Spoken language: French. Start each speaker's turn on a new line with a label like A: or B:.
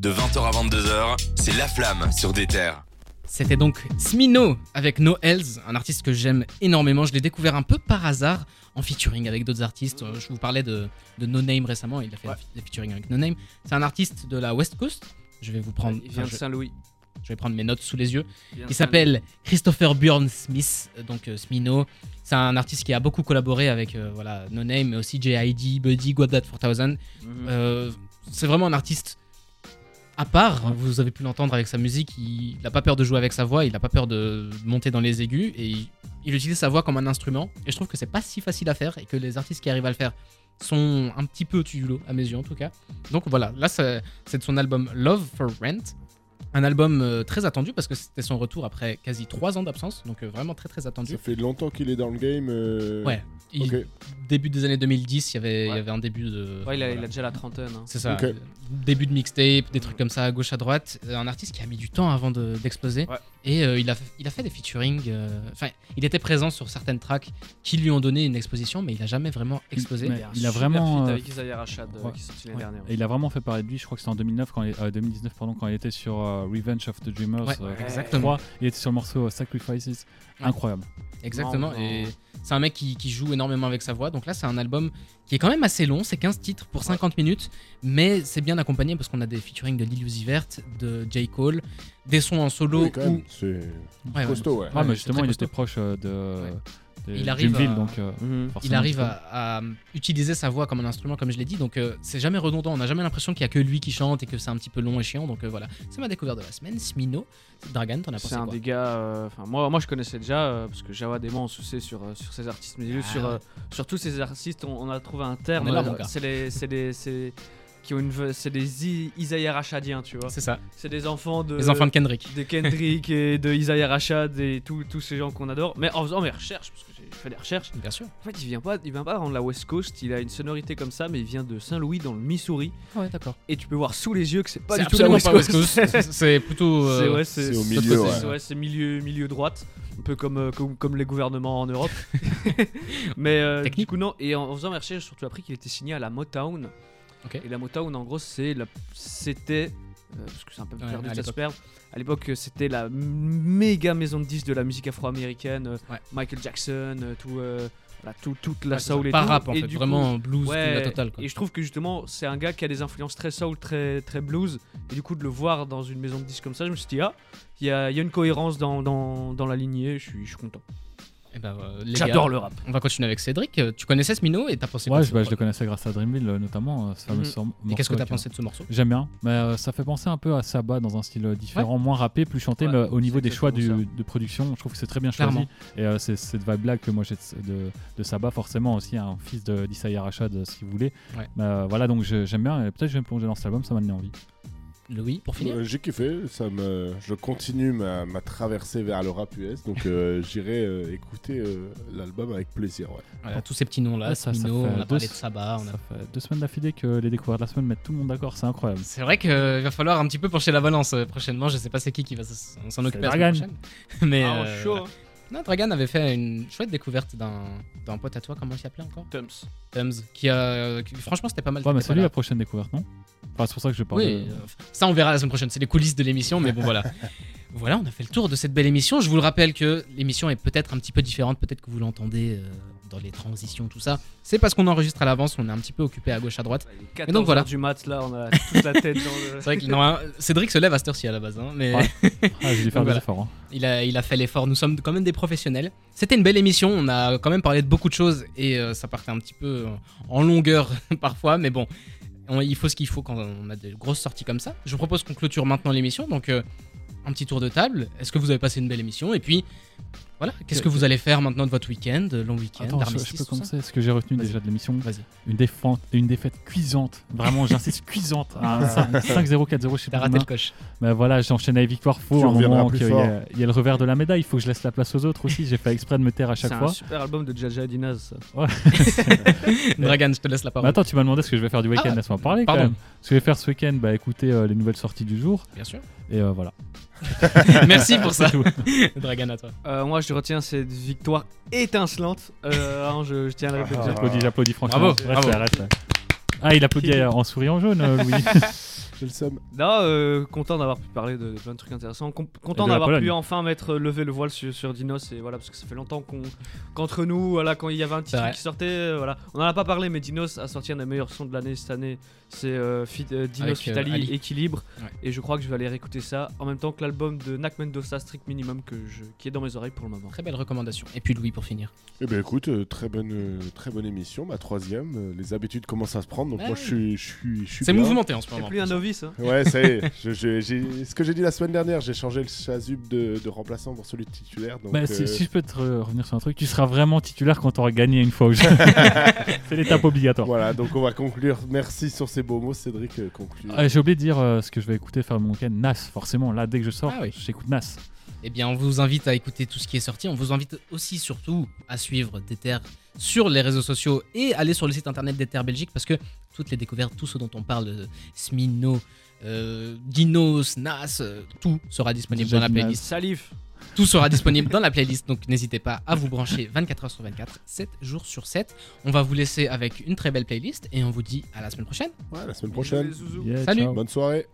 A: De 20h à 22h, c'est La Flamme sur des terres.
B: C'était donc Smino avec No Hells, un artiste que j'aime énormément. Je l'ai découvert un peu par hasard en featuring avec d'autres artistes. Euh, Je vous parlais de, de No Name récemment, il a fait
C: Ouais.
B: des featuring avec No Name. C'est un artiste de la West Coast. Je vais vous prendre,
C: Il vient de
B: enfin,
C: Saint-Louis.
B: je, je vais prendre mes notes sous les yeux.
C: vient de
B: Il s'appelle Christopher Bjorn Smith, euh, donc euh, Smino. C'est un artiste qui a beaucoup collaboré avec euh, voilà, No Name, mais aussi J.I.D., Buddy, Guap That 4000.
C: Saint-Louis. Mhm.
B: Euh, c'est vraiment un artiste à part. Vous avez pu l'entendre avec sa musique. Il n'a pas peur de jouer avec sa voix. Il n'a pas peur de monter dans les aigus. Et il, il utilise sa voix comme un instrument. Et je trouve que c'est pas si facile à faire et que les artistes qui arrivent à le faire sont un petit peu au-dessus du lot, à mes yeux en tout cas. Donc voilà, là c'est c'est de son album Love for Rent. Un album euh, très attendu parce que c'était son retour après quasi trois ans d'absence, donc euh, vraiment très très attendu.
D: Ça fait longtemps qu'il est dans le game. euh,
B: Ouais. Il-
D: ok.
B: Début des années 2010, il y avait, il y
C: Ouais.
B: avait un début de.
C: Ouais, il, a, il
B: voilà.
C: a déjà la trentaine. hein.
B: C'est ça.
D: Ok.
B: euh, Début de mixtape, des trucs comme ça à gauche à droite. Euh, Un artiste qui a mis du temps avant de- d'exploser.
C: Ouais.
B: Et euh, il, a, il a fait des featuring. euh, Enfin, il était présent sur certaines tracks qui lui ont donné une exposition, mais il a jamais vraiment explosé.
C: y
E: Ouais. Il a
C: super
E: vraiment,
C: feat
E: euh,
C: avec Isaiah Rashad euh,
E: ouais.
C: qui est sorti
E: Ouais.
C: l'année dernière.
E: Et il a vraiment fait parler de lui, je crois que c'était en 2009 quand il, euh, 2019 pardon, quand il était sur euh, Revenge of the Dreamers
B: Ouais,
E: euh,
B: exactement.
E: 3, il était sur le morceau euh, Sacrifices,
B: Ouais.
E: incroyable.
B: Exactement.
C: Non, non.
B: Et c'est un mec qui, qui joue énormément avec sa voix. Donc là, c'est un album qui est quand même assez long. C'est 15 titres pour 50 minutes. Mais c'est bien accompagné parce qu'on a des featuring de Lil Uzi Vert, de J. Cole, des sons en solo.
D: Oui, quand
B: ou-
D: même, c'est
B: Ouais, ouais.
D: costaud, ouais.
E: Ah, mais
B: c'est
E: justement
B: très
E: il
B: costaud.
E: était proche euh, de, de
B: Il arrive
E: Dreamville,
B: à-
E: donc euh,
C: Mhm.
B: il
E: forcément,
B: arrive
E: tu peux-
B: à, à utiliser sa voix comme un instrument, comme je l'ai dit. Donc euh, c'est jamais redondant. On n'a jamais l'impression qu'il y a que lui qui chante et que c'est un petit peu long et chiant. Donc euh, voilà, c'est ma découverte de la semaine. Smino, Dragan, t'en as pensé
C: C'est un
B: quoi
C: des gars. euh, Enfin, moi, moi, je connaissais déjà euh, parce que Jawad et moi, on se sait sur, euh, sur ces artistes. Mais lui,
B: Ah
C: sur,
B: ouais.
C: euh, sur tous ces artistes, on, on a trouvé un terme.
B: On est là,
C: euh,
B: mon gars.
C: C'est les, c'est des, c'est qui ont une, ve- c'est des I- Isaiah Rashadiens, tu vois.
B: C'est ça,
C: C'est des enfants de.
B: les enfants de Kendrick.
C: de Kendrick et de Isaiah Rashad et tous tous ces gens qu'on adore. Mais en faisant mes recherches, parce que j'ai fait des recherches,
B: Bien sûr.
C: en fait, il vient pas, il vient pas vraiment de la West Coast. Il a une sonorité comme ça, mais il vient de Saint-Louis, dans le Missouri.
E: Ah
B: ouais, d'accord.
C: Et tu peux voir sous les yeux que c'est pas
B: C'est
C: du tout la
B: absolument
C: West
B: pas West
C: Coast.
B: Coast. c'est plutôt. euh,
C: C'est ouais,
D: c'est au
C: c'est-
D: milieu,
C: c'est-
D: ouais.
C: c'est- ouais, c'est milieu, milieu droite, un peu comme, euh, comme, comme les gouvernements en Europe. Mais euh, du
B: Technique.
C: coup, non, et en, en faisant mes recherches, j'ai surtout appris qu'il était signé à la Motown.
B: Ok.
C: Et la Motown, en gros, c'est la- c'était, euh, parce que c'est un peu
B: Ouais,
C: perdu
B: à
C: de ça se
B: l'époque.
C: perdre, à l'époque, euh, c'était la m- méga maison de disques de la musique afro-américaine, euh,
B: Ouais.
C: Michael Jackson, euh, tout, euh, voilà, tout- toute la
B: ouais, c'est
C: soul
B: ça,
C: et
B: Pas
C: tout.
B: rap en
C: Et
B: fait,
C: du coup,
B: vraiment blues, tout,
C: Ouais,
B: la totale. Quoi.
C: Et je trouve que justement, c'est un gars qui a des influences très soul, très, très blues. Et du coup, de le voir dans une maison de disques comme ça, je me suis dit, ah, il y a, il y a une cohérence dans, dans, dans la lignée, je suis, je suis content.
B: Eh ben, euh, les
C: J'adore
B: gars,
C: le rap.
B: On va continuer avec Cédric. Euh, Tu connaissais Smino et t'as pensé quoi
E: Ouais,
B: de
E: je,
B: ce
E: bah, je
B: morceau
E: le connaissais grâce à Dreamville euh, notamment, euh, ce fameux
C: Mhm.
E: sor-
B: Et qu'est-ce que
E: morceau
B: t'as
E: avec,
B: pensé de ce morceau
E: J'aime bien, mais euh, ça fait penser un peu à Saba dans un style euh, différent, moins rappé, plus chanté,
C: Ouais,
E: mais euh, au
C: c'est
E: niveau des choix du-
C: exactement
E: de production, je trouve que c'est très bien choisi.
B: Clairement.
E: Et euh, c'est cette vibe-là que moi j'ai de, de, de Saba, forcément aussi un fils de- d'Isaiah Rashad, euh, si vous voulez.
B: Ouais.
E: Mais, euh, voilà, donc je- j'aime bien, et peut-être je vais me plonger dans cet album, ça m'a donné envie.
B: Louis, pour finir
D: Euh, J'ai kiffé, ça me... je continue ma, ma traversée vers le rap US, donc euh, j'irai euh, écouter euh, l'album avec plaisir. Ouais.
B: Voilà, Euh, Tous ces petits noms là,
E: Ouais, ça- ça
B: Smino,
E: fait
B: on a
E: deux-
B: parlé de Saba. Ah, on a-
E: Ça fait deux semaines d'affilée que les découvertes de la semaine mettent tout le monde d'accord, c'est incroyable.
B: C'est vrai qu'il va falloir un petit peu pencher la balance euh, prochainement. Je sais pas c'est qui qui va s- s'en occuper la semaine
E: Dragan.
B: prochaine. Mais
C: Ah,
B: euh,
C: chaud,
B: voilà.
C: hein.
B: Non, Dragan avait fait une chouette découverte d'un d'un pote à toi, comment il s'appelait encore
C: Tums.
B: Tums, qui a. qui- franchement, c'était pas mal.
E: Ouais, mais
B: t'étais
E: c'est
B: pas
E: lui
B: là.
E: la prochaine découverte, non Enfin, c'est pour ça que je parle.
B: Oui,
E: de-
B: euh, ça on verra la semaine prochaine. C'est les coulisses de l'émission, mais bon voilà. Voilà, on a fait le tour de cette belle émission. Je vous le rappelle que l'émission est peut-être un petit peu différente, peut-être que vous l'entendez euh, dans les transitions, tout ça. C'est parce qu'on enregistre à l'avance, on est un petit peu occupé à gauche, à droite.
C: Il est
B: Et donc,
C: 14
B: voilà.
C: heures du mat, là, on a toute la tête dans le.
B: C'est vrai que non, hein, Cédric se lève à cette heure-ci à la base, hein, mais.
E: Ouais. Ah, j'ai dû faire des
B: Voilà.
E: efforts. hein.
B: Il a, il a fait l'effort, nous sommes quand même des professionnels. C'était une belle émission, on a quand même parlé de beaucoup de choses et euh, ça partait un petit peu euh, en longueur parfois, mais bon, on- il faut ce qu'il faut quand on a des grosses sorties comme ça. Je vous propose qu'on clôture maintenant l'émission, donc euh, un petit tour de table. Est-ce que vous avez passé une belle émission Et puis, voilà, qu'est-ce que vous allez faire maintenant de votre week-end, long week-end,
E: Attends, je, je
B: armistice,
E: peux
B: tout ça
E: commencer ce que j'ai retenu
B: Vas-y.
E: déjà de l'émission.
B: Vas-y,
E: Une, défense, une défaite cuisante. Vraiment, j'insiste, cuisante.
B: Ah,
E: Un cin- 5-0, 4-0, je sais
B: t'as
E: pas.
B: raté
E: demain.
B: le coche.
E: Mais voilà, j'enchaîne les victoires faux.
D: Tu
E: à un
D: reviendras
E: moment
D: plus
E: qu'il y, a-
D: fort.
E: il y a le revers de la médaille. Il faut que je laisse la place aux autres aussi. J'ai fait exprès de me taire à
C: C'est
E: chaque
C: un
E: fois.
C: super album de Jaja et Dinaz. ça.
B: Dragan, je te laisse la
E: Mais
B: parole.
E: Bah attends, tu m'as demandé ce que je vais faire du week-end.
B: Ah,
E: Laisse-moi parler.
B: pardon.
E: Quand même. Ce que je vais faire ce week-end, bah écouter euh, les nouvelles sorties du jour.
B: Bien sûr.
E: Et euh, voilà.
B: Merci pour ça.
E: C'est tout.
B: Dragan, à toi.
C: Euh, moi, je retiens cette victoire étincelante. Euh, hein, je, je tiens à le
D: Ah.
B: Ah,
C: répéter.
E: J'applaudis, j'applaudis, franchement.
B: Bravo,
E: Reste
B: bravo.
E: là, reste là. Ah, il applaudit euh, en souriant jaune, euh, Louis.
D: J'ai le seum.
C: Là, euh, content d'avoir pu parler de, de plein de trucs intéressants. Com-
E: Et
C: content
E: de la
C: d'avoir pu
E: Pologne.
C: enfin mettre euh, lever le voile sur, sur Dinos et voilà parce que ça fait longtemps qu'on qu'entre nous voilà quand il y avait un petit
B: C'est
C: truc
B: vrai.
C: qui sortait euh, voilà on en a pas parlé mais Dinos a sorti un des meilleurs sons de l'année cette année c'est euh, Fit- euh, Dinos
B: Avec, euh,
C: Fitali
B: Ali.
C: Équilibre
B: Ouais.
C: et je crois que je vais aller réécouter ça en même temps que l'album de Nak Mendoza Strict Minimum que je, qui est dans mes oreilles pour le moment.
B: Très belle recommandation. Et puis Louis pour finir.
D: Eh ben écoute, euh, très bonne, euh, très bonne émission, ma troisième. euh, les habitudes commencent à se prendre, donc
B: Ouais.
D: moi je suis, je suis, je suis.
B: C'est
D: bien.
B: mouvementé en ce
C: C'est
B: moment.
C: plus un novice hein.
D: Ouais, ça y est. je- je- j'ai- ce que j'ai dit la semaine dernière, j'ai changé le chasuble de, de remplaçant pour celui de titulaire. Donc,
E: Bah, si,
D: euh,
E: si je peux te re- revenir sur un truc, tu seras vraiment titulaire quand tu auras gagné une fois au jeu. c'est l'étape obligatoire.
D: Voilà, donc on va conclure. Merci sur ces beaux mots, Cédric. euh, Conclue.
E: Ah, J'ai oublié de dire euh, ce que je vais écouter faire mon week-end. Nas, forcément. Là, dès que je sors,
B: Ah oui.
E: j'écoute Nas.
B: Eh bien, on vous invite à écouter tout ce qui est sorti. On vous invite aussi surtout à suivre Déter sur les réseaux sociaux et aller sur le site internet Déter Belgique parce que toutes les découvertes, tout ce dont on parle, euh, Smino, euh, Dinos, Nas, euh, tout sera disponible
E: Déjà
B: dans la
E: dit Nas.
B: playlist.
C: Salif.
B: Tout sera disponible dans la playlist, donc n'hésitez pas à vous brancher 24h sur 24, 7 jours sur 7. On va vous laisser avec une très belle playlist et on vous dit à la semaine prochaine.
D: Ouais, la semaine prochaine.
C: Bisous, les zouzous.
E: Yeah,
B: Salut.
E: ciao.
D: Bonne soirée.